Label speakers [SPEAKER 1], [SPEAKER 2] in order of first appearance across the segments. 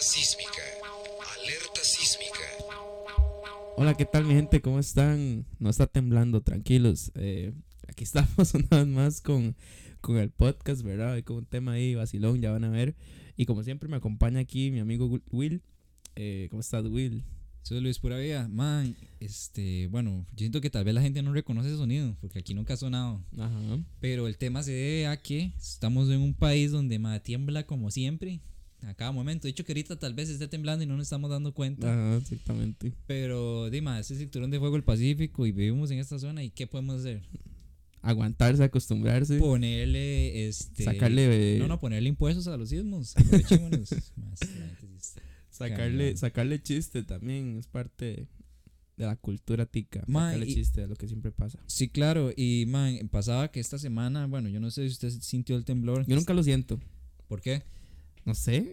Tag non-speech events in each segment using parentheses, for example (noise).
[SPEAKER 1] sísmica. Alerta sísmica.
[SPEAKER 2] Hola, ¿qué tal mi gente? ¿Cómo están? No está temblando, tranquilos. Eh, aquí estamos (laughs) una vez más con, con el podcast, ¿verdad? Hoy con un tema ahí, vacilón, ya van a ver. Y como siempre me acompaña aquí mi amigo Will. Eh, ¿Cómo estás, Will?
[SPEAKER 3] Soy Luis Pura Vida. Man, este, bueno, yo siento que tal vez la gente no reconoce ese sonido, porque aquí nunca ha sonado.
[SPEAKER 2] Ajá.
[SPEAKER 3] Pero el tema se debe a que estamos en un país donde ma, tiembla como siempre, a cada momento. De hecho, que ahorita tal vez esté temblando y no nos estamos dando cuenta.
[SPEAKER 2] Ajá, exactamente.
[SPEAKER 3] Pero, Dima, este es el cinturón de fuego del Pacífico y vivimos en esta zona. ¿Y qué podemos hacer?
[SPEAKER 2] Aguantarse, acostumbrarse,
[SPEAKER 3] Ponerle, este.
[SPEAKER 2] sacarle, eh,
[SPEAKER 3] No, no, ponerle impuestos a los sismos. Aprovechémonos.
[SPEAKER 2] (laughs)
[SPEAKER 3] Más, la gente sí está
[SPEAKER 2] sacarle,
[SPEAKER 3] cagando.
[SPEAKER 2] sacarle chiste también, es parte de la cultura tica.
[SPEAKER 3] Ma,
[SPEAKER 2] sacarle
[SPEAKER 3] y-
[SPEAKER 2] chiste a lo que siempre pasa.
[SPEAKER 3] Sí, claro. Y, man, pasaba que esta semana, bueno, yo no sé si usted sintió el temblor.
[SPEAKER 2] Yo nunca lo siento,
[SPEAKER 3] ¿Por qué?
[SPEAKER 2] no sé,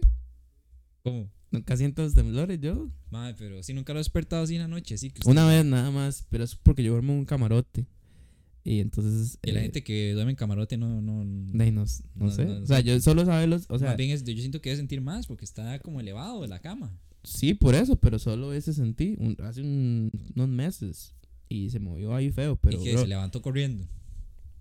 [SPEAKER 3] ¿Cómo?
[SPEAKER 2] nunca siento los temblores yo.
[SPEAKER 3] Madre, pero si nunca lo he despertado así en la noche, sí. Que usted-
[SPEAKER 2] Una vez nada más, pero es porque yo duermo en un camarote. Y entonces.
[SPEAKER 3] y la
[SPEAKER 2] eh,
[SPEAKER 3] gente que duerme en camarote no. no,
[SPEAKER 2] de ahí no, s- no
[SPEAKER 3] No,
[SPEAKER 2] sé.
[SPEAKER 3] no,
[SPEAKER 2] o sea, yo solo sabe los. O sea,
[SPEAKER 3] más bien es, yo siento que debe sentir más porque está como elevado de la cama.
[SPEAKER 2] sí, por eso, pero solo ese sentí un- hace un- unos meses. Y se movió ahí feo, pero.
[SPEAKER 3] y que
[SPEAKER 2] bro,
[SPEAKER 3] se levantó corriendo.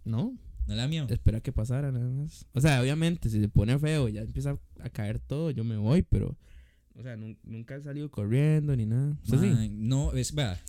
[SPEAKER 2] no,
[SPEAKER 3] No le da miedo.
[SPEAKER 2] espera que pasara nada más. O sea, obviamente, si se pone feo y ya empieza a caer todo, yo me voy, pero. O sea, nun- nunca he salido corriendo ni nada. O sea, pues sí.
[SPEAKER 3] Mae, No, es, vea,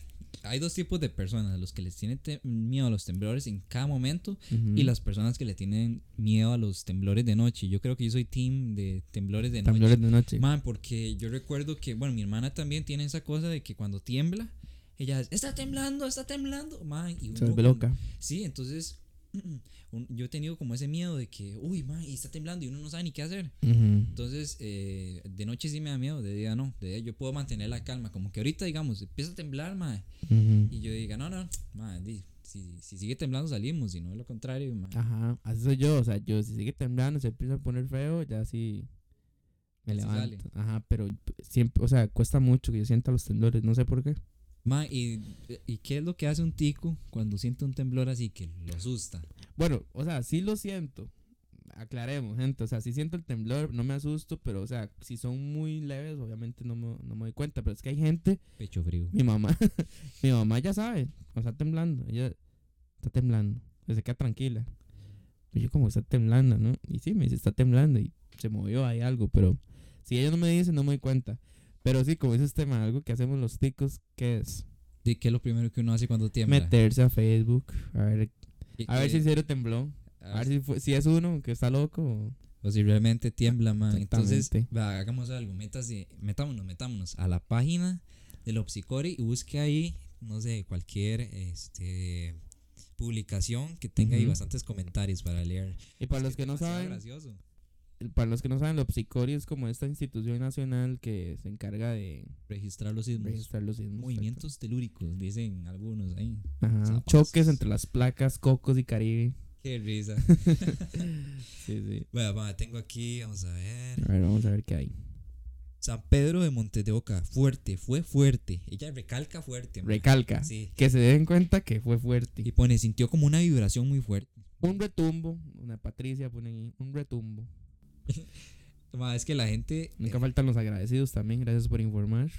[SPEAKER 3] hay dos tipos de personas: los que les tienen te- miedo a los temblores en cada momento
[SPEAKER 2] Ujú.
[SPEAKER 3] y las personas que le tienen miedo a los temblores de noche. Yo creo que yo soy team de temblores de noche.
[SPEAKER 2] Temblores de noche.
[SPEAKER 3] Man, porque yo recuerdo que, bueno, mi hermana también tiene esa cosa de que cuando tiembla, ella es, está temblando, está temblando, man. Y
[SPEAKER 2] se
[SPEAKER 3] uno-
[SPEAKER 2] vuelve loca.
[SPEAKER 3] Sí, entonces (clears throat) un- yo he tenido como ese miedo de que, uy, man, y está temblando y uno no sabe ni qué hacer.
[SPEAKER 2] Ujú.
[SPEAKER 3] Entonces, eh, de noche sí me da miedo, de día no. De día yo puedo mantener la calma. Como que ahorita, digamos, empieza a temblar, man.
[SPEAKER 2] Ujú.
[SPEAKER 3] Y yo diga, no, no, man, di, si, si sigue temblando salimos, si no es lo contrario, man.
[SPEAKER 2] Ajá, así soy yo, o sea, yo si sigue temblando, se empieza a poner feo, ya sí me
[SPEAKER 3] Ya se
[SPEAKER 2] levanto. Ajá, pero siempre, o sea, cuesta mucho que yo sienta los temblores, no sé por qué.
[SPEAKER 3] Man, y, ¿y qué es lo que hace un tico cuando siente un temblor así que lo asusta?
[SPEAKER 2] Bueno, o sea, sí lo siento. Aclaremos, gente, o sea, sí siento el temblor, no me asusto, pero o sea, si son muy leves, obviamente no me, no me doy cuenta, pero es que hay gente,
[SPEAKER 3] Pecho frío.
[SPEAKER 2] mi mamá, (laughs) mi mamá ya sabe, o sea, está temblando, ella está temblando, y se queda tranquila. Y yo como está temblando, ¿no? Y sí, me dice, está temblando y se movió ahí algo, pero si ella no me dice, no me doy cuenta. Pero sí, como dice este tema, algo que hacemos los ticos, ¿qué es?
[SPEAKER 3] ¿De qué es lo primero que uno hace cuando tiembla?
[SPEAKER 2] Meterse a Facebook, a ver,
[SPEAKER 3] ¿Qué-
[SPEAKER 2] a ver
[SPEAKER 3] qué-
[SPEAKER 2] si en serio tembló,
[SPEAKER 3] a
[SPEAKER 2] a ver
[SPEAKER 3] ver si-
[SPEAKER 2] si, fue- si es uno que está loco. o-
[SPEAKER 3] o si realmente tiembla, man. Entonces,
[SPEAKER 2] Exactamente.
[SPEAKER 3] va, hagamos algo. Métase, metámonos, metámonos a la página del Opsicori y busque ahí, no sé, cualquier este, publicación que tenga ahí
[SPEAKER 2] Ujú.
[SPEAKER 3] bastantes comentarios para leer.
[SPEAKER 2] Y para
[SPEAKER 3] Es
[SPEAKER 2] los que
[SPEAKER 3] es
[SPEAKER 2] no
[SPEAKER 3] demasiado
[SPEAKER 2] saben,
[SPEAKER 3] gracioso.
[SPEAKER 2] para los que no saben, Lopsicori es como esta institución nacional que se encarga de
[SPEAKER 3] Registrar los sismos.
[SPEAKER 2] registrar los sismos.
[SPEAKER 3] Movimientos telúricos, dicen algunos ahí.
[SPEAKER 2] Ajá,
[SPEAKER 3] Zapas.
[SPEAKER 2] Choques entre las placas, cocos y Caribe. (laughs)
[SPEAKER 3] Qué risa.
[SPEAKER 2] Sí, sí.
[SPEAKER 3] bueno, va, tengo aquí, vamos a ver.
[SPEAKER 2] A ver, vamos a ver qué hay.
[SPEAKER 3] San Pedro de Montes de Oca, fuerte, fue fuerte. Ella recalca fuerte. ma.
[SPEAKER 2] Recalca.
[SPEAKER 3] Sí.
[SPEAKER 2] Que se den cuenta que fue
[SPEAKER 3] Y
[SPEAKER 2] fuerte.
[SPEAKER 3] pone, sintió como una vibración muy fuerte.
[SPEAKER 2] Un retumbo. Una Patricia pone ahí. Un retumbo.
[SPEAKER 3] Ma, es que la gente.
[SPEAKER 2] Nunca
[SPEAKER 3] eh,
[SPEAKER 2] faltan los agradecidos también. Gracias por informar.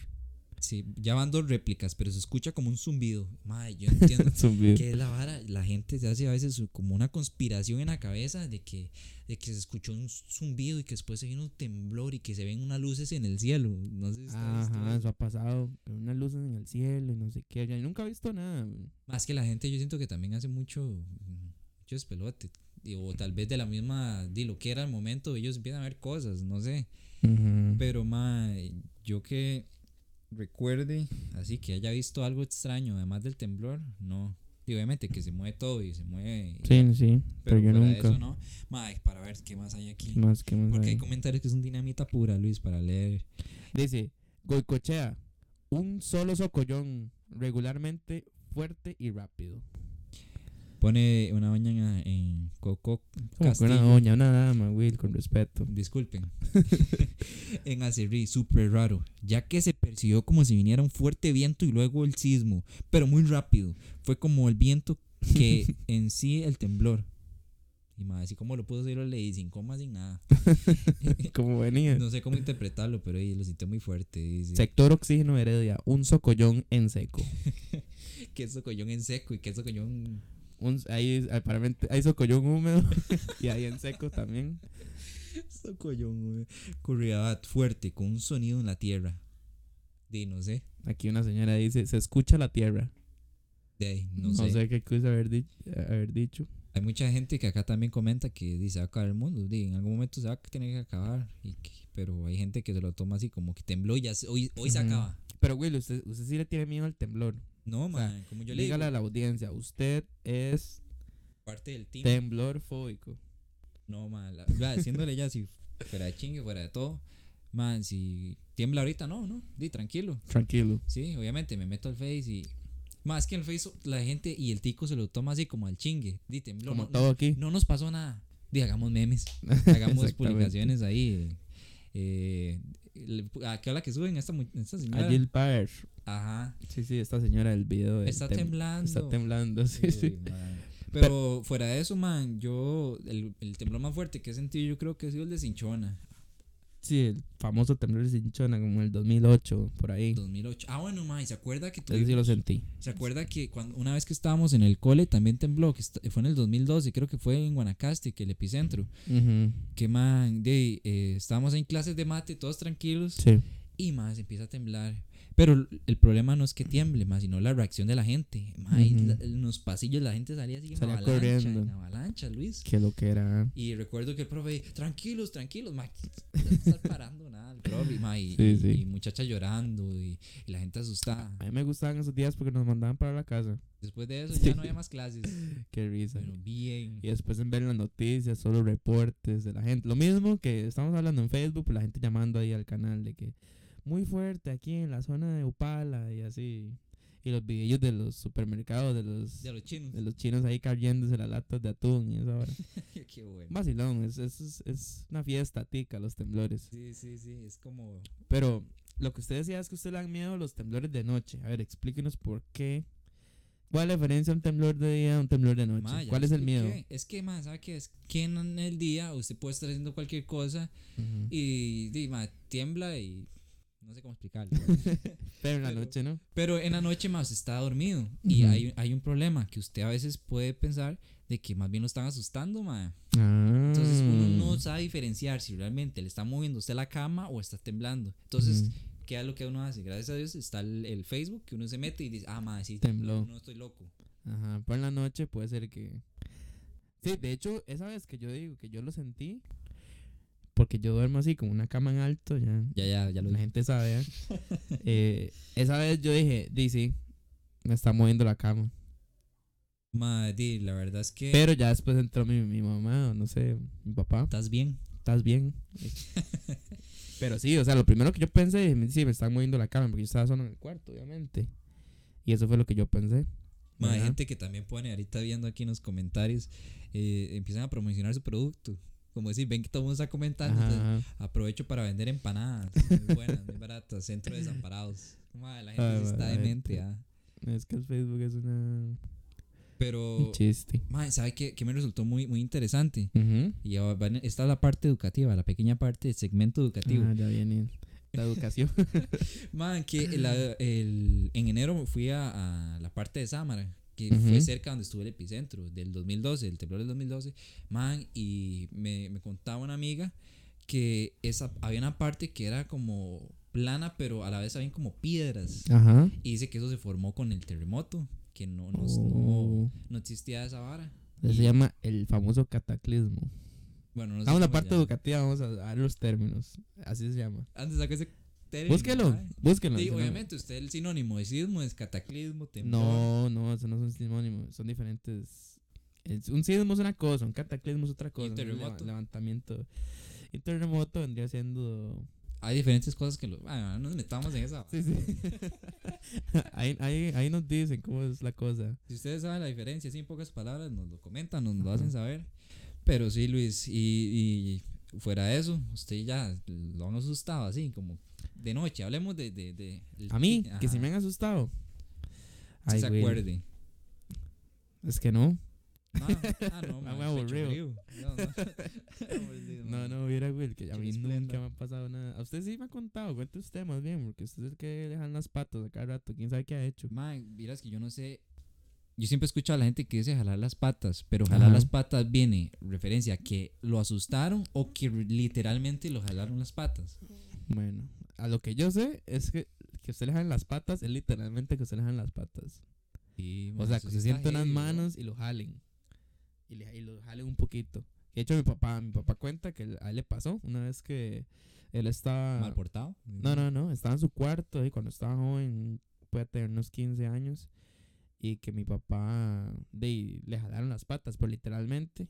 [SPEAKER 3] sí, ya van dos réplicas, pero se escucha como un zumbido. Ma, yo
[SPEAKER 2] (laughs)
[SPEAKER 3] entiendo.
[SPEAKER 2] Zumbido.
[SPEAKER 3] que es la vara, la gente se hace a veces su- como una conspiración en la cabeza de que, de que se escuchó un zumbido y que después se vino un temblor y que se ven unas luces en el cielo. No sé si usted ha visto
[SPEAKER 2] Ajá,
[SPEAKER 3] eso.
[SPEAKER 2] eso ha pasado. Pero Unas luces en el cielo y no sé qué. Yo nunca he visto nada.
[SPEAKER 3] Más que la gente, yo siento que también hace mucho, mucho espelote. Y- O tal vez de la misma, de lo que era el momento, ellos empiezan a ver cosas, no sé. Pero, ma, yo que recuerde, así que haya visto algo extraño, además del temblor, no. Y obviamente que se mueve todo y se mueve. y-
[SPEAKER 2] Sí, sí. Pero, yo
[SPEAKER 3] fuera de
[SPEAKER 2] nunca. eh.
[SPEAKER 3] Eso, no. Ma, para ver qué más hay aquí.
[SPEAKER 2] Más que más.
[SPEAKER 3] Porque hay
[SPEAKER 2] hay.
[SPEAKER 3] comentarios que son dinamita pura, Luis, para leer.
[SPEAKER 2] Dice, Goicochea, un solo socollón, regularmente fuerte y rápido.
[SPEAKER 3] Pone una doña en, en Coco
[SPEAKER 2] Como que una
[SPEAKER 3] Castillo.
[SPEAKER 2] doña, una dama, Will, con respeto.
[SPEAKER 3] Disculpen. (laughs) en Acerrí, súper raro, ya que se percibió como si viniera un fuerte viento y luego el sismo, pero muy rápido. Fue como el viento que en sí el temblor. Y más así como lo pudo decir, lo leí sin coma, sin nada.
[SPEAKER 2] Como venía.
[SPEAKER 3] No sé cómo interpretarlo, pero ahí lo sintió muy fuerte. y sí.
[SPEAKER 2] Sector Oxígeno Heredia, un socollón en seco.
[SPEAKER 3] Que es socollón en seco y que es socollón.
[SPEAKER 2] Un, ahí, aparentemente, hay socollón húmedo (laughs) y ahí en seco también.
[SPEAKER 3] Socollón, güey. Corridabat fuerte, con un sonido en la tierra. Di, no sé.
[SPEAKER 2] Aquí una señora dice, se escucha la tierra.
[SPEAKER 3] De ahí, no,
[SPEAKER 2] No sé,
[SPEAKER 3] sé.
[SPEAKER 2] qué cosa haber, di- haber dicho.
[SPEAKER 3] Hay mucha gente que acá también comenta que dice, se va a acabar el mundo. Di, en algún momento se va a tener que acabar. y que- pero hay gente que se lo toma así como que tembló y ya se- hoy, hoy se
[SPEAKER 2] Ujú.
[SPEAKER 3] acaba.
[SPEAKER 2] Pero Will, usted, usted sí le tiene miedo al temblor.
[SPEAKER 3] No,
[SPEAKER 2] sea,
[SPEAKER 3] man, como yo le digo,
[SPEAKER 2] Dígale a la audiencia, usted es
[SPEAKER 3] parte del team.
[SPEAKER 2] temblorfóbico.
[SPEAKER 3] No, man, la- va, diciéndole ya si fuera de chingue, fuera de todo. Man, si tiembla ahorita, no, no, di tranquilo.
[SPEAKER 2] Tranquilo.
[SPEAKER 3] Sí, obviamente me meto al Face y. Más que en el Face, la gente y el tico se lo toma así como al chingue. Di tembló.
[SPEAKER 2] como
[SPEAKER 3] no,
[SPEAKER 2] todo aquí.
[SPEAKER 3] no nos pasó nada. Di,
[SPEAKER 2] (laughs)
[SPEAKER 3] hagamos memes, hagamos
[SPEAKER 2] Exactamente.
[SPEAKER 3] publicaciones ahí. Eh, el- ¿A qué hora que suben esta, mu- esta señora?
[SPEAKER 2] Allí el par.
[SPEAKER 3] Ajá.
[SPEAKER 2] Sí, sí, esta señora del video. del
[SPEAKER 3] Está
[SPEAKER 2] tem-
[SPEAKER 3] temblando.
[SPEAKER 2] Está
[SPEAKER 3] (laughs)
[SPEAKER 2] temblando, (laughs) sí,
[SPEAKER 3] Uy,
[SPEAKER 2] sí.
[SPEAKER 3] man. Pero fuera de eso, man, yo. El, el temblor más fuerte que he sentido, yo creo que ha sido el de Cinchona.
[SPEAKER 2] Sí, el famoso temblor de Cinchona, como el 2008, por ahí.
[SPEAKER 3] 2008. Ah, bueno, mae, ¿se acuerda que
[SPEAKER 2] Ese sí
[SPEAKER 3] tuvimos,
[SPEAKER 2] lo sentí.
[SPEAKER 3] ¿Se acuerda que cuando una vez que estábamos en el cole también tembló, que est- fue en el 2012, creo que fue en Guanacaste, que el epicentro.
[SPEAKER 2] Ujú,
[SPEAKER 3] Que man, de, eh, estábamos en clases de mate, todos tranquilos,
[SPEAKER 2] Sí.
[SPEAKER 3] y más empieza a temblar. Pero l- el problema no es que tiemble, más sino la reacción de la gente. Mae,
[SPEAKER 2] Ujú.
[SPEAKER 3] la- en los pasillos la gente salía así en
[SPEAKER 2] Salía
[SPEAKER 3] avalancha,
[SPEAKER 2] corriendo.
[SPEAKER 3] en avalancha, Luis.
[SPEAKER 2] Qué lo que era.
[SPEAKER 3] Y recuerdo que el profe, tranquilos, tranquilos, ma,
[SPEAKER 2] (laughs)
[SPEAKER 3] no estar parando nada, el profe, ma, y,
[SPEAKER 2] Sí, sí.
[SPEAKER 3] y muchacha llorando y, y la gente asustada.
[SPEAKER 2] A mí me gustaban esos días porque nos mandaban para la casa.
[SPEAKER 3] Después de eso
[SPEAKER 2] Sí.
[SPEAKER 3] ya no había más clases.
[SPEAKER 2] Qué risa.
[SPEAKER 3] Pero bien.
[SPEAKER 2] Y después en ver las noticias, solo reportes de la gente. Lo mismo que estamos hablando en Facebook, pues la gente llamando ahí al canal de que muy fuerte aquí en la zona de Upala y así. Y los videos de los supermercados, de los,
[SPEAKER 3] (laughs) De los chinos.
[SPEAKER 2] de los chinos ahí cayéndose las latas de atún y esa hora.
[SPEAKER 3] (laughs) Qué bueno.
[SPEAKER 2] Vacilón, es, es, es una fiesta tica los temblores.
[SPEAKER 3] Sí, sí, sí. Es como.
[SPEAKER 2] Pero lo que usted decía es que usted le dan miedo a los temblores de noche. A ver, explíquenos por qué. ¿Cuál es la diferencia de un temblor de día a un temblor de noche?
[SPEAKER 3] "Ma, ya
[SPEAKER 2] ¿Cuál
[SPEAKER 3] le
[SPEAKER 2] es el
[SPEAKER 3] expliqué".
[SPEAKER 2] miedo?
[SPEAKER 3] Es que, más, ¿sabe qué? Es que en el día usted puede estar haciendo cualquier cosa
[SPEAKER 2] Ujú.
[SPEAKER 3] y, di, ma, tiembla y. No sé cómo explicarlo.
[SPEAKER 2] (laughs) Pero en la
[SPEAKER 3] pero-
[SPEAKER 2] noche, ¿no?
[SPEAKER 3] Pero en la noche, más, está dormido. Y
[SPEAKER 2] Ujú.
[SPEAKER 3] hay, hay un problema que usted a veces puede pensar de que más bien lo están asustando, ma.
[SPEAKER 2] Ah.
[SPEAKER 3] Entonces uno no sabe diferenciar si realmente le está moviendo usted la cama o está temblando. Entonces.
[SPEAKER 2] Ujú.
[SPEAKER 3] ¿Qué es lo que uno hace? Gracias a Dios está el, el Facebook que uno se mete y dice, ah, madre, sí,
[SPEAKER 2] Tembló.
[SPEAKER 3] tembló, no estoy loco.
[SPEAKER 2] Ajá, por la noche puede ser que. Sí, de hecho, esa vez que yo digo que yo lo sentí, porque yo duermo así, como una cama en alto, ya.
[SPEAKER 3] Ya, ya, ya
[SPEAKER 2] La gente sabe,
[SPEAKER 3] (laughs)
[SPEAKER 2] ¿eh? Eh, Esa vez yo dije, di sí, me está moviendo la cama.
[SPEAKER 3] Madre, la verdad es que
[SPEAKER 2] Pero ya después entró mi, mi mamá, o no sé, mi papá.
[SPEAKER 3] estás bien.
[SPEAKER 2] ¿Estás
[SPEAKER 3] (laughs)
[SPEAKER 2] bien? Pero sí, o sea, lo primero que yo pensé, sí, me están moviendo la cama, porque yo estaba solo en el cuarto, obviamente. Y eso fue lo que yo pensé.
[SPEAKER 3] Ma, hay
[SPEAKER 2] Ajá.
[SPEAKER 3] gente que también pone, ahorita viendo aquí en los comentarios, eh, empiezan a promocionar su producto. Como decir, ven que todo el mundo está comentando, entonces,
[SPEAKER 2] Ajá.
[SPEAKER 3] aprovecho para vender empanadas.
[SPEAKER 2] (laughs)
[SPEAKER 3] Muy buenas, muy baratas, centro de desamparados. Madre, la gente
[SPEAKER 2] Ay,
[SPEAKER 3] sí
[SPEAKER 2] ma,
[SPEAKER 3] está
[SPEAKER 2] la
[SPEAKER 3] demente,
[SPEAKER 2] gente.
[SPEAKER 3] ah.
[SPEAKER 2] Es que el Facebook es una...
[SPEAKER 3] Pero,
[SPEAKER 2] un chiste.
[SPEAKER 3] madre, ¿sabe qué, qué me resultó muy, muy interesante?
[SPEAKER 2] Ujú.
[SPEAKER 3] Y ahora van- está la parte educativa, la pequeña parte del segmento educativo.
[SPEAKER 2] Ah, ya viene la educación.
[SPEAKER 3] (laughs) Man, que la- el- en enero fui a, a la parte de Sámara, que
[SPEAKER 2] Ujú.
[SPEAKER 3] fue cerca donde estuvo el epicentro del 2012, el temblor del 2012. Man, y me, me contaba una amiga que esa, había una parte que era como plana, pero a la vez habían como piedras.
[SPEAKER 2] Ajá.
[SPEAKER 3] Y dice que eso se formó con el terremoto, que no, no, no,
[SPEAKER 2] Oh.
[SPEAKER 3] no existía esa vara.
[SPEAKER 2] Eso se llama el famoso cataclismo.
[SPEAKER 3] Bueno, no sé
[SPEAKER 2] Vamos a la
[SPEAKER 3] cómo
[SPEAKER 2] Ah, parte
[SPEAKER 3] llama.
[SPEAKER 2] educativa, vamos a dar los términos. Así se llama.
[SPEAKER 3] Ah, Antes saca ese término,
[SPEAKER 2] Búsquelo,
[SPEAKER 3] ¿sabe?
[SPEAKER 2] búsquelo.
[SPEAKER 3] Sí,
[SPEAKER 2] si no-
[SPEAKER 3] obviamente, usted el sinónimo de sismo es cataclismo, temblor.
[SPEAKER 2] No, no, eso no son sinónimos, son diferentes. Es- un sismo es una cosa, un cataclismo es otra cosa. un leva-
[SPEAKER 3] terremoto?
[SPEAKER 2] levantamiento. Y un terremoto vendría siendo.
[SPEAKER 3] Hay diferentes cosas que lo. Ah, no nos metamos en esa. (laughs)
[SPEAKER 2] Sí, sí. ahí, ahí, ahí nos dicen cómo es la cosa.
[SPEAKER 3] Si ustedes saben la diferencia, así en pocas palabras, nos lo comentan, nos lo hacen saber. Pero sí, Luis, y, y fuera de eso, usted ya lo han asustado así, como de noche. Hablemos de. de, de-
[SPEAKER 2] A mí, que si
[SPEAKER 3] Ajá,
[SPEAKER 2] me han asustado.
[SPEAKER 3] si
[SPEAKER 2] Ay,
[SPEAKER 3] se
[SPEAKER 2] güey,
[SPEAKER 3] acuerde.
[SPEAKER 2] Es que no.
[SPEAKER 3] No, ah, no,
[SPEAKER 2] (laughs) Ah,
[SPEAKER 3] mae,
[SPEAKER 2] muy
[SPEAKER 3] pecho
[SPEAKER 2] aburrido.
[SPEAKER 3] frío. (laughs)
[SPEAKER 2] (laughs)
[SPEAKER 3] No, no. Aburrido,
[SPEAKER 2] No,
[SPEAKER 3] mae.
[SPEAKER 2] no, hubiera, güey, que a
[SPEAKER 3] Qué
[SPEAKER 2] mí
[SPEAKER 3] esplendor.
[SPEAKER 2] nunca me ha pasado nada. A usted sí me ha contado, cuente usted más bien, porque usted es el que dejan las patas a cada rato, quién sabe qué ha hecho.
[SPEAKER 3] Mae, miras que yo no sé. Yo siempre escucho a la gente que dice jalar las patas, pero jalar
[SPEAKER 2] Ajá.
[SPEAKER 3] las patas viene referencia a que lo asustaron o que literalmente lo jalaron las patas.
[SPEAKER 2] Bueno, a lo que yo sé es que que usted le jalan las patas, es literalmente que usted le jalan las patas.
[SPEAKER 3] Sí,
[SPEAKER 2] O
[SPEAKER 3] mae,
[SPEAKER 2] sea,
[SPEAKER 3] eso
[SPEAKER 2] que
[SPEAKER 3] sí
[SPEAKER 2] se
[SPEAKER 3] está
[SPEAKER 2] sienten las
[SPEAKER 3] heavy, bro.
[SPEAKER 2] manos y lo jalen. Y, le, y lo jalen un poquito. De hecho, mi papá, mi papá cuenta que a él le pasó una vez que él estaba...
[SPEAKER 3] Mal portado.
[SPEAKER 2] ah. No, no, no. Estaba en su cuarto y cuando estaba joven, puede tener unos 15 años. Y que mi papá de, ahí, le jalaron las patas, pero literalmente.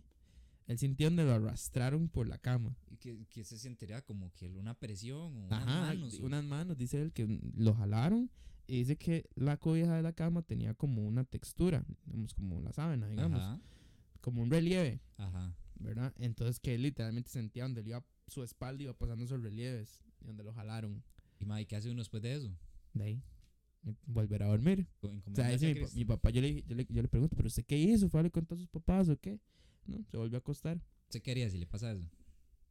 [SPEAKER 2] Él sintió donde lo arrastraron por la cama.
[SPEAKER 3] Y Que, que se sentiría como que una presión o unas
[SPEAKER 2] Ajá,
[SPEAKER 3] manos.
[SPEAKER 2] di-
[SPEAKER 3] o-
[SPEAKER 2] unas manos, dice él, que lo jalaron. Y dice que la cobija de la cama tenía como una textura, digamos, como la sábana, digamos,
[SPEAKER 3] Ajá,
[SPEAKER 2] como un relieve,
[SPEAKER 3] ajá.
[SPEAKER 2] ¿verdad? Entonces que él literalmente sentía donde le iba su espalda iba pasando esos relieves, y donde lo jalaron.
[SPEAKER 3] Y mae, ¿qué hace uno después de eso?
[SPEAKER 2] De ahí, eh, volver a dormir.
[SPEAKER 3] Co-
[SPEAKER 2] O sea,
[SPEAKER 3] encomendarse
[SPEAKER 2] ese
[SPEAKER 3] a
[SPEAKER 2] mi, pa-
[SPEAKER 3] Cristo.
[SPEAKER 2] mi papá, yo le, dije- yo, le, yo le pregunto, ¿pero usted qué hizo? ¿Fue a hablar con todos sus papás o qué? No, se volvió a acostar.
[SPEAKER 3] ¿Usted qué haría si le pasa eso?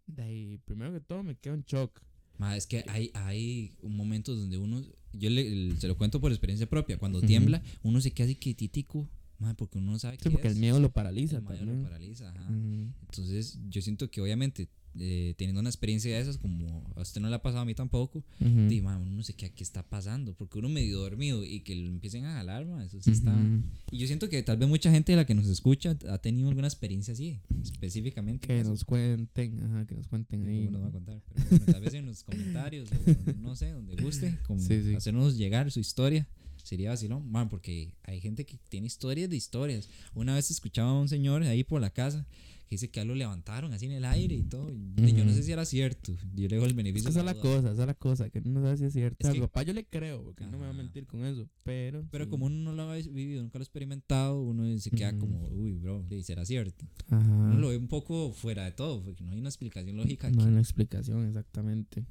[SPEAKER 2] De ahí, primero que todo, me quedo en shock.
[SPEAKER 3] Ma, es que hay, hay momentos donde uno, yo le- el- se lo cuento por experiencia propia, cuando
[SPEAKER 2] Ujú.
[SPEAKER 3] tiembla, uno se queda así quietitico, ma, porque uno no sabe
[SPEAKER 2] Sí,
[SPEAKER 3] qué
[SPEAKER 2] porque
[SPEAKER 3] es.
[SPEAKER 2] el miedo lo paraliza
[SPEAKER 3] El mayor
[SPEAKER 2] también. Mm.
[SPEAKER 3] lo ah. paraliza, ajá.
[SPEAKER 2] Ujú.
[SPEAKER 3] Entonces, yo siento que obviamente, eh, teniendo una experiencia de esas, como a usted no le ha pasado a mí tampoco,
[SPEAKER 2] Ujú.
[SPEAKER 3] di, ma, uno no se queda, ¿qué está pasando? Porque uno medio dormido y que lo empiecen a jalar, ma, eso sí está...
[SPEAKER 2] Ujú.
[SPEAKER 3] Y yo siento que tal vez mucha gente de la que nos escucha ha tenido alguna experiencia así, específicamente.
[SPEAKER 2] Que
[SPEAKER 3] Eso.
[SPEAKER 2] nos cuenten, ajá, que nos cuenten ahí.
[SPEAKER 3] Ninguno nos va a contar. Pero bueno, tal vez en los comentarios, o no sé, donde guste, como
[SPEAKER 2] (laughs) Sí, sí.
[SPEAKER 3] hacernos llegar su historia. Sería vacilón, man, porque hay gente que tiene historias de historias. Una vez escuchaba a un señor ahí por la casa que dice que a él lo levantaron así en el aire y todo. Y yo no sé si era cierto. Yo le dejo el
[SPEAKER 2] Es
[SPEAKER 3] beneficio.
[SPEAKER 2] que esa
[SPEAKER 3] de
[SPEAKER 2] es la
[SPEAKER 3] duda.
[SPEAKER 2] cosa, esa es la cosa, que no sabe si es cierto.
[SPEAKER 3] Es
[SPEAKER 2] A mi
[SPEAKER 3] que-
[SPEAKER 2] papá yo le creo, porque él no me va a
[SPEAKER 3] Ajá.
[SPEAKER 2] mentir con eso, pero...
[SPEAKER 3] Pero
[SPEAKER 2] sí.
[SPEAKER 3] como uno no lo ha vivido, nunca lo ha experimentado, uno se queda
[SPEAKER 2] Ujú.
[SPEAKER 3] como, uy, bro, y será cierto.
[SPEAKER 2] Ajá.
[SPEAKER 3] Uno lo ve un poco fuera de todo, porque no hay una explicación lógica.
[SPEAKER 2] No
[SPEAKER 3] aquí.
[SPEAKER 2] hay una explicación, exactamente.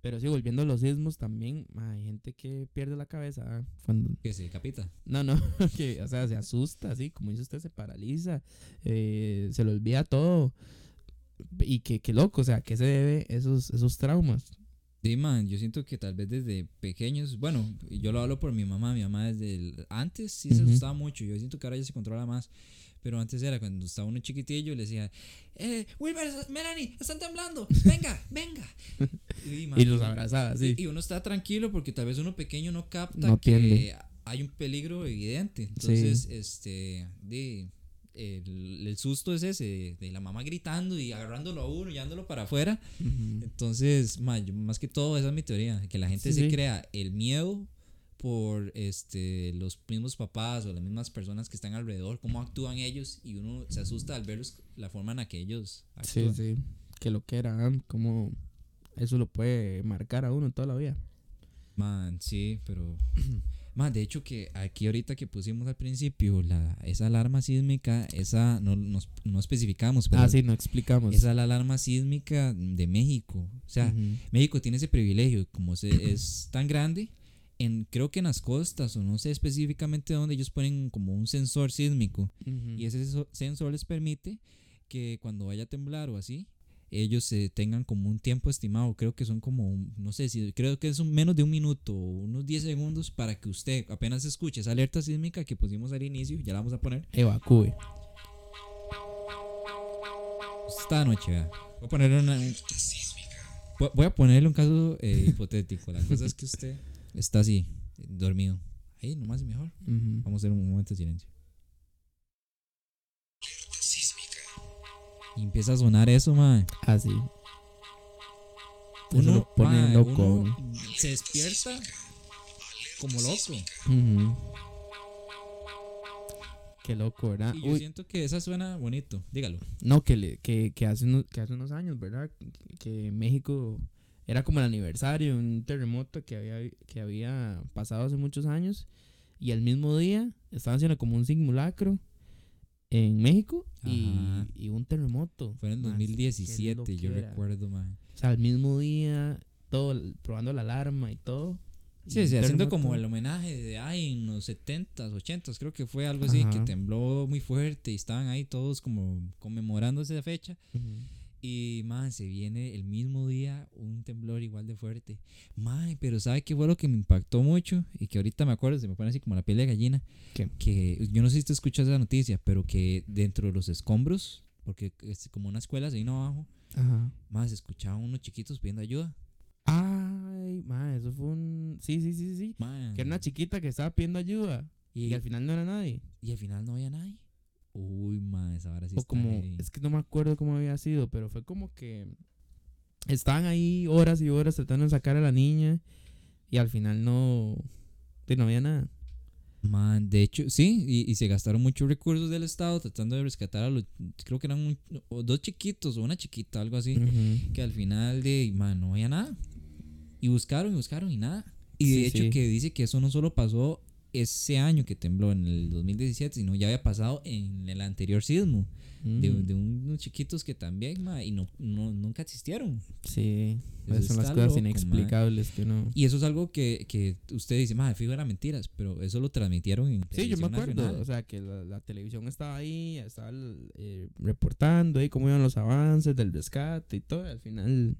[SPEAKER 2] Pero sí, volviendo a los sismos también, ma, hay gente que pierde la cabeza ah, cuando...
[SPEAKER 3] Que se decapita.
[SPEAKER 2] No, (laughs) no, que, o sea, se asusta, así, como dice usted, se paraliza, eh, se le olvida todo. Y que, que loco, o sea, ¿a qué se debe esos, esos traumas?
[SPEAKER 3] Sí, man, yo siento que tal vez desde pequeños, bueno, yo lo hablo por mi mamá, mi mamá desde el- antes sí se
[SPEAKER 2] Ujú.
[SPEAKER 3] asustaba mucho, yo siento que ahora ya se controla más, pero antes era cuando estaba uno chiquitillo, le decía, eh, Wilmer, Melanie, están temblando, venga, (laughs) venga. Y, man,
[SPEAKER 2] Y los abrazaba, así.
[SPEAKER 3] y uno está tranquilo porque tal vez uno pequeño no capta
[SPEAKER 2] No
[SPEAKER 3] que
[SPEAKER 2] entiende.
[SPEAKER 3] hay un peligro evidente, entonces, este, di, el, el susto es ese, de la mamá gritando y agarrándolo a uno, y llevándolo para afuera.
[SPEAKER 2] Ujú.
[SPEAKER 3] Entonces, ma, yo- más que todo, esa es mi teoría, que la gente
[SPEAKER 2] Sí,
[SPEAKER 3] se
[SPEAKER 2] sí.
[SPEAKER 3] crea el miedo por este los mismos papás o las mismas personas que están alrededor, cómo actúan ellos y uno se asusta al verlos la forma en la que ellos
[SPEAKER 2] Sí,
[SPEAKER 3] actúan.
[SPEAKER 2] sí. Que lo que era, ah, como eso lo puede marcar a uno toda la vida.
[SPEAKER 3] Man, sí, pero (clears throat) man, de hecho que aquí ahorita que pusimos al principio la esa alarma sísmica, esa no nos no especificamos, pero
[SPEAKER 2] Ah, sí, no explicamos.
[SPEAKER 3] esa es la alarma sísmica de México, o sea,
[SPEAKER 2] Ujú.
[SPEAKER 3] México tiene ese privilegio, como se, es tan grande, en, creo que en las costas o no sé específicamente dónde ellos ponen como un sensor sísmico
[SPEAKER 2] Ujú.
[SPEAKER 3] y ese so- sensor les permite que cuando vaya a temblar o así, ellos se tengan como un tiempo estimado, creo que son como, un- no sé, si creo que es un- menos de un minuto o unos 10 segundos para que usted apenas escuche esa alerta sísmica que pusimos al inicio, ya la vamos a poner,
[SPEAKER 2] Evacúe.
[SPEAKER 3] esta noche, vea. Voy a poner una, un-
[SPEAKER 1] Alerta sísmica.
[SPEAKER 3] Vo- Voy a ponerle un caso
[SPEAKER 2] (laughs)
[SPEAKER 3] eh, hipotético. La cosa es que usted está así, dormido. Ahí, nomás y mejor.
[SPEAKER 2] Ujú.
[SPEAKER 3] Vamos a hacer un momento de silencio.
[SPEAKER 1] Alerta sísmica.
[SPEAKER 3] Y empieza a sonar eso, madre.
[SPEAKER 2] Así. Eso lo pone loco.
[SPEAKER 3] uno
[SPEAKER 2] ¿no?
[SPEAKER 3] se despierta como loco.
[SPEAKER 2] Ujú. Qué loco, ¿verdad?
[SPEAKER 3] Y yo
[SPEAKER 2] Ah, Uy,
[SPEAKER 3] siento que esa suena bonito. Dígalo.
[SPEAKER 2] no, que, le- que, que hace unos, que hace unos años, ¿verdad? Que México era como el aniversario de un terremoto que había, que había pasado hace muchos años. Y el mismo día estaban haciendo como un simulacro en México y,
[SPEAKER 3] Ajá.
[SPEAKER 2] y un terremoto.
[SPEAKER 3] Fue en el
[SPEAKER 2] Más, qué
[SPEAKER 3] 2017, yo
[SPEAKER 2] loquera.
[SPEAKER 3] recuerdo, madre.
[SPEAKER 2] O sea, al mismo día, todo, probando la alarma y todo.
[SPEAKER 3] Sí, sí, haciendo
[SPEAKER 2] terremoto.
[SPEAKER 3] como el homenaje de, ay, en los 70s, 80s, creo que fue algo así,
[SPEAKER 2] Ajá.
[SPEAKER 3] que tembló muy fuerte y estaban ahí todos como conmemorando esa fecha.
[SPEAKER 2] Ujú.
[SPEAKER 3] Y, man, se viene el mismo día un temblor igual de fuerte. Man, pero ¿sabe qué fue lo que me impactó mucho? Y que ahorita me acuerdo, se me pone así como la piel de gallina.
[SPEAKER 2] ¿Qué?
[SPEAKER 3] Que yo no sé si te escuchas la noticia, pero que dentro de los escombros, porque es como una escuela se vino abajo,
[SPEAKER 2] Ajá.
[SPEAKER 3] más se escuchaban unos chiquitos pidiendo ayuda.
[SPEAKER 2] Ay, ma, eso fue un. Sí, sí, sí, sí.
[SPEAKER 3] Man,
[SPEAKER 2] Que era una chiquita que estaba pidiendo ayuda
[SPEAKER 3] y,
[SPEAKER 2] y al final no era nadie.
[SPEAKER 3] y al final no había nadie. Uy, man, esa hora sí
[SPEAKER 2] o
[SPEAKER 3] está
[SPEAKER 2] como,
[SPEAKER 3] heavy.
[SPEAKER 2] es que no me acuerdo cómo había sido, pero fue como que estaban ahí horas y horas tratando de sacar a la niña y al final no, sí, no había nada.
[SPEAKER 3] Man, de hecho, sí, y, y se gastaron muchos recursos del Estado tratando de rescatar a los, creo que eran un- o dos chiquitos o una chiquita, algo así,
[SPEAKER 2] Mm. Ujú.
[SPEAKER 3] que al final de, man, no había nada. Y buscaron y buscaron y nada. Y de
[SPEAKER 2] Sí,
[SPEAKER 3] hecho
[SPEAKER 2] sí.
[SPEAKER 3] que dice que eso no solo pasó ese año que tembló en el 2017, sino ya había pasado en el anterior sismo, de,
[SPEAKER 2] Mm,
[SPEAKER 3] de unos chiquitos que también, man, y no, no- nunca existieron.
[SPEAKER 2] sí,
[SPEAKER 3] Eso
[SPEAKER 2] esas son las
[SPEAKER 3] está
[SPEAKER 2] cosas
[SPEAKER 3] loco,
[SPEAKER 2] inexplicables que no...
[SPEAKER 3] Y eso es algo que, que usted dice, man, fijo era mentiras, pero eso lo transmitieron en
[SPEAKER 2] Sí, yo me
[SPEAKER 3] televisión
[SPEAKER 2] acuerdo,
[SPEAKER 3] nacional.
[SPEAKER 2] o sea, que la, la televisión estaba ahí, estaba eh, reportando ahí cómo iban los avances del rescate y todo, y al final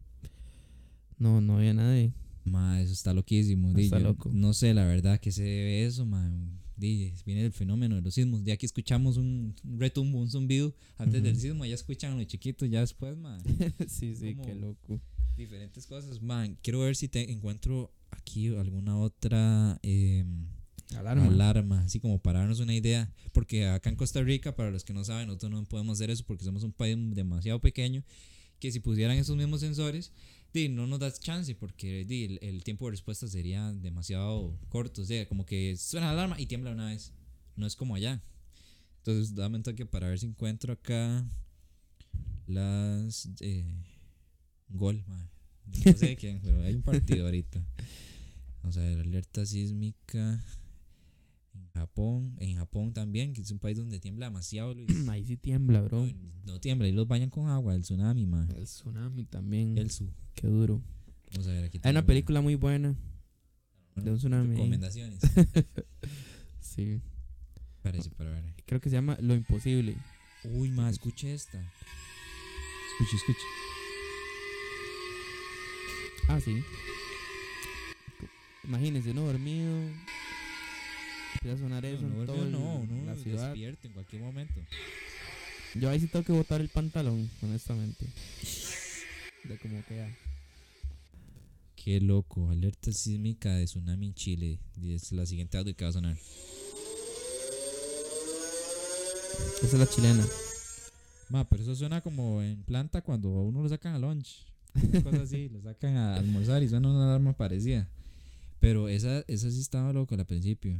[SPEAKER 2] no, no había
[SPEAKER 3] (laughs)
[SPEAKER 2] nadie.
[SPEAKER 3] Ma, eso está loquísimo. di,
[SPEAKER 2] Está
[SPEAKER 3] yo
[SPEAKER 2] loco.
[SPEAKER 3] No sé, la verdad, que se debe eso, ma. Di, viene el fenómeno de los sismos. De aquí escuchamos un un retumbo, un zumbido antes del
[SPEAKER 2] Ujú.
[SPEAKER 3] sismo. Ya escuchan los chiquitos, ya
[SPEAKER 2] (laughs)
[SPEAKER 3] después, ma.
[SPEAKER 2] sí, sí, qué
[SPEAKER 3] Como-
[SPEAKER 2] loco.
[SPEAKER 3] Diferentes cosas, ma. Quiero ver si te encuentro aquí alguna otra eh,
[SPEAKER 2] Alarma.
[SPEAKER 3] alarma. así como para darnos una idea. Porque acá en Costa Rica, para los que no saben, nosotros no podemos hacer eso porque somos un país demasiado pequeño. Que si pusieran esos mismos sensores, di, no nos das chance porque di, el, el tiempo de respuesta sería demasiado corto. O sea, como que suena la alarma y tiembla una vez. No es como allá. Entonces, dame un toque para ver si encuentro acá las. eh, gol, mae. No sé de quién, pero hay un partido ahorita. Vamos a ver, alerta sísmica. En Japón, en Japón también, que es un país donde tiembla
[SPEAKER 2] (clears throat)
[SPEAKER 3] demasiado.
[SPEAKER 2] (clears throat)
[SPEAKER 3] Luis.
[SPEAKER 2] Ahí sí tiembla, bro.
[SPEAKER 3] No, no tiembla, y los bañan con agua, el tsunami, mae.
[SPEAKER 2] El tsunami también.
[SPEAKER 3] El su.
[SPEAKER 2] Qué duro.
[SPEAKER 3] Vamos a ver aquí.
[SPEAKER 2] Hay una
[SPEAKER 3] tengo
[SPEAKER 2] película muy buena de un tsunami. (laughs)
[SPEAKER 3] Recomendaciones.
[SPEAKER 2] Sí.
[SPEAKER 3] Parece, para ver.
[SPEAKER 2] Creo que se llama Lo Imposible.
[SPEAKER 3] Uy, ma, escuche esta. Escuche, escuche.
[SPEAKER 2] Ah, sí. Imagínense, uno dormido. Empieza a sonar eso
[SPEAKER 3] No,
[SPEAKER 2] en
[SPEAKER 3] no,
[SPEAKER 2] todo
[SPEAKER 3] no,
[SPEAKER 2] el-
[SPEAKER 3] no, no,
[SPEAKER 2] la ciudad.
[SPEAKER 3] despierto en cualquier momento.
[SPEAKER 2] Yo ahí sí tengo que botar el pantalón, honestamente. De como ah. queda.
[SPEAKER 3] Qué loco, alerta sísmica de tsunami en Chile. Y es la siguiente audio que va a sonar.
[SPEAKER 2] Esa es la chilena.
[SPEAKER 3] Ma, pero eso suena como en planta cuando a uno lo sacan a lunch. Una cosa así, lo sacan a almorzar y suena una alarma parecida. Pero esa, esa sí estaba loca al principio.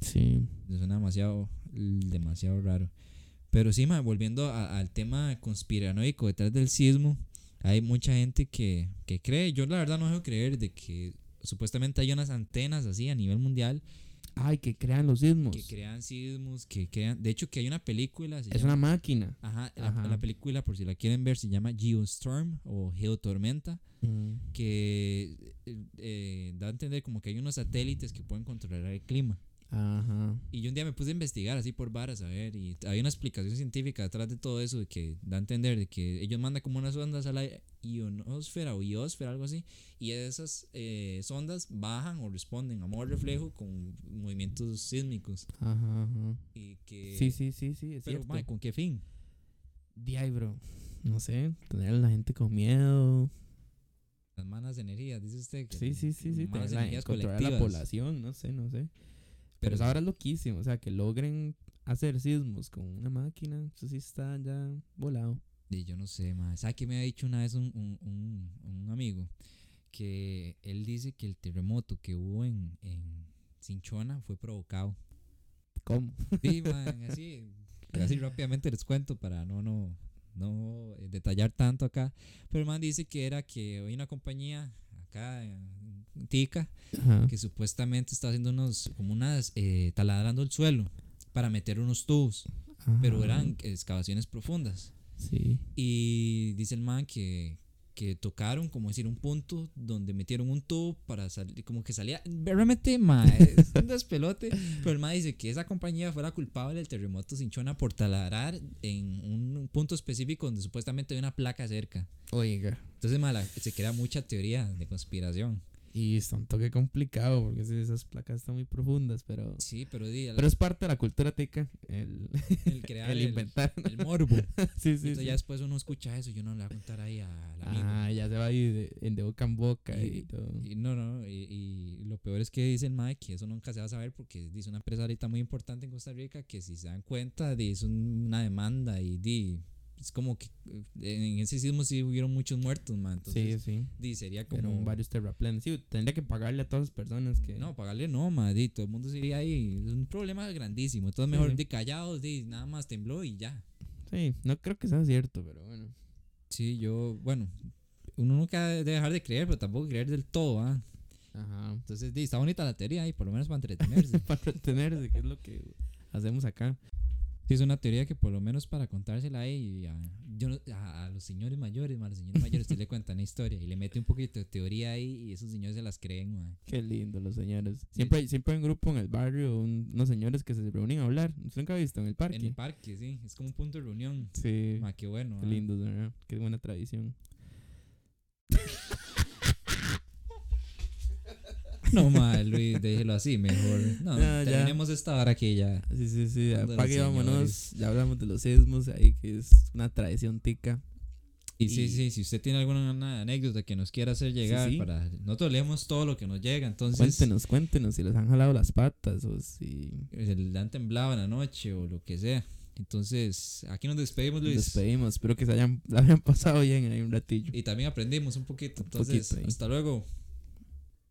[SPEAKER 2] Sí.
[SPEAKER 3] Me Suena demasiado, demasiado raro. Pero sí, ma, volviendo a- al tema conspiranoico detrás del sismo, hay mucha gente que, que cree, yo la verdad no dejo creer de que supuestamente hay unas antenas así a nivel mundial
[SPEAKER 2] Ay, que crean los sismos.
[SPEAKER 3] que crean sismos, que crean, de hecho que hay una película, se
[SPEAKER 2] Es
[SPEAKER 3] llama-
[SPEAKER 2] una máquina.
[SPEAKER 3] ajá, la-
[SPEAKER 2] ajá.
[SPEAKER 3] La, película por si la quieren ver se llama Geostorm o Geotormenta,
[SPEAKER 2] Mm.
[SPEAKER 3] que eh, eh, da a entender como que hay unos satélites que pueden controlar el clima.
[SPEAKER 2] Ajá.
[SPEAKER 3] Y yo un día me puse a investigar así por varas, a ver, y hay una explicación científica detrás de todo eso de que da a entender de que ellos mandan como unas ondas a la ionosfera o iosfera, algo así, y esas eh, ondas bajan o responden a modo reflejo con movimientos sísmicos.
[SPEAKER 2] Ajá, ajá.
[SPEAKER 3] Y que,
[SPEAKER 2] Sí, sí, sí, sí, es
[SPEAKER 3] Pero,
[SPEAKER 2] cierto.
[SPEAKER 3] mae, ¿con qué fin?
[SPEAKER 2] Di ahí, bro. No sé, tener a la gente con miedo.
[SPEAKER 3] Las malas energías, dice usted. que-
[SPEAKER 2] Sí, sí, sí, sí. tener
[SPEAKER 3] Malas
[SPEAKER 2] la-
[SPEAKER 3] energías
[SPEAKER 2] controlar la
[SPEAKER 3] colectivas.
[SPEAKER 2] población, no sé, no sé. Pero
[SPEAKER 3] Pero
[SPEAKER 2] eso ahora es loquísimo. O sea, que logren hacer sismos con una máquina. Eso sí está ya volado.
[SPEAKER 3] Y yo no sé, más ¿Sabes qué me ha dicho una vez un, un- un- un amigo? Que él dice que el terremoto que hubo en, en Cinchona
[SPEAKER 2] (laughs)
[SPEAKER 3] fue provocado.
[SPEAKER 2] ¿Cómo?
[SPEAKER 3] Sí, man, así, así rápidamente les cuento para no, no, no eh, detallar tanto acá. Pero el man dice que era que hay una compañía acá en Tica
[SPEAKER 2] Ajá.
[SPEAKER 3] que supuestamente está haciendo unos, como unas, eh, taladrando el suelo para meter unos tubos, pero
[SPEAKER 2] Ajá.
[SPEAKER 3] eran excavaciones profundas.
[SPEAKER 2] Sí.
[SPEAKER 3] Y dice el man que, que tocaron, como decir, un punto donde metieron un tubo para salir, como que salía, realmente, (laughs) ma, es un despelote, pero el ma dice que esa compañía fuera culpable del terremoto Sinchona por taladrar en un punto específico donde supuestamente hay una placa cerca.
[SPEAKER 2] Oiga.
[SPEAKER 3] Entonces, ma, la- se crea mucha teoría de conspiración.
[SPEAKER 2] Y es un toque complicado porque sí, esas placas están muy profundas, pero...
[SPEAKER 3] Sí, pero, di, el,
[SPEAKER 2] Pero es parte de la cultura tica el,
[SPEAKER 3] el crear
[SPEAKER 2] el
[SPEAKER 3] el,
[SPEAKER 2] inventar.
[SPEAKER 3] el (laughs)
[SPEAKER 2] (laughs)
[SPEAKER 3] morbo.
[SPEAKER 2] sí, sí,
[SPEAKER 3] Entonces
[SPEAKER 2] sí.
[SPEAKER 3] ya después uno escucha eso, yo no le voy a contar ahí al amigo.
[SPEAKER 2] Ah, ya se va ahí de, en de boca en boca y,
[SPEAKER 3] Y-
[SPEAKER 2] todo.
[SPEAKER 3] Y no, no, y, y lo peor es que dice el MAE que eso nunca se va a saber porque dice una empresa ahorita muy importante en Costa Rica que si se dan cuenta de es un- una demanda y di, es como que eh, en ese sismo sí hubieron muchos muertos, man. Entonces,
[SPEAKER 2] sí, sí.
[SPEAKER 3] di, sería
[SPEAKER 2] Como
[SPEAKER 3] como...
[SPEAKER 2] varios terraplanes. Sí, tendría que pagarle a todas las personas que...
[SPEAKER 3] No, pagarle no, man, di, todo el mundo sería ahí. Es un problema grandísimo. Entonces mejor
[SPEAKER 2] sí.
[SPEAKER 3] di callados, di, nada más tembló y ya.
[SPEAKER 2] Sí, no creo que sea cierto, pero bueno.
[SPEAKER 3] Sí, yo, bueno, uno nunca debe dejar de creer, pero tampoco creer del todo, ¿ah?
[SPEAKER 2] Ajá.
[SPEAKER 3] Entonces, di, está bonita la teoría ahí, por lo menos para entretenerse.
[SPEAKER 2] (laughs) Para retenerse, que es lo que hacemos acá.
[SPEAKER 3] Sí, es una teoría que por lo menos para contársela ahí, a, yo no- a, a los señores mayores, ma, a los señores mayores usted le cuentan la historia y le mete un poquito de teoría ahí y esos señores se las creen, ma.
[SPEAKER 2] Qué lindo los señores. Siempre hay, siempre hay un grupo en el barrio, un- unos señores que se reúnen a hablar. ¿Usted nunca ha visto en el parque?
[SPEAKER 3] En el parque, sí, es como un punto de reunión.
[SPEAKER 2] sí.
[SPEAKER 3] Ma, qué bueno.
[SPEAKER 2] Qué
[SPEAKER 3] ah.
[SPEAKER 2] lindos, ¿verdad? Qué buena tradición.
[SPEAKER 3] No, ma, Luis, déjelo así, mejor.
[SPEAKER 2] (laughs) No,
[SPEAKER 3] No,
[SPEAKER 2] Ah, ya.
[SPEAKER 3] terminemos esta hora que ya.
[SPEAKER 2] Sí, sí, sí.
[SPEAKER 3] Son de los
[SPEAKER 2] Apague, vámonos.
[SPEAKER 3] señores.
[SPEAKER 2] Ya hablamos de los sismos ahí, que es una tradición tica.
[SPEAKER 3] Y, sí,
[SPEAKER 2] Y-
[SPEAKER 3] sí, si usted tiene alguna una anécdota que nos quiera hacer llegar,
[SPEAKER 2] sí.
[SPEAKER 3] para nosotros leemos todo lo que nos llega, entonces
[SPEAKER 2] Cuéntenos, cuéntenos si les han jalado las patas o si.
[SPEAKER 3] eh, le han temblado en la noche o lo que sea. Entonces, aquí nos despedimos,
[SPEAKER 2] Nos
[SPEAKER 3] Luis.
[SPEAKER 2] despedimos. (laughs) Espero que se hayan, la hayan pasado bien ahí un ratillo.
[SPEAKER 3] Y también aprendimos un poquito.
[SPEAKER 2] Un poquito
[SPEAKER 3] Entonces,
[SPEAKER 2] ahí.
[SPEAKER 3] hasta luego.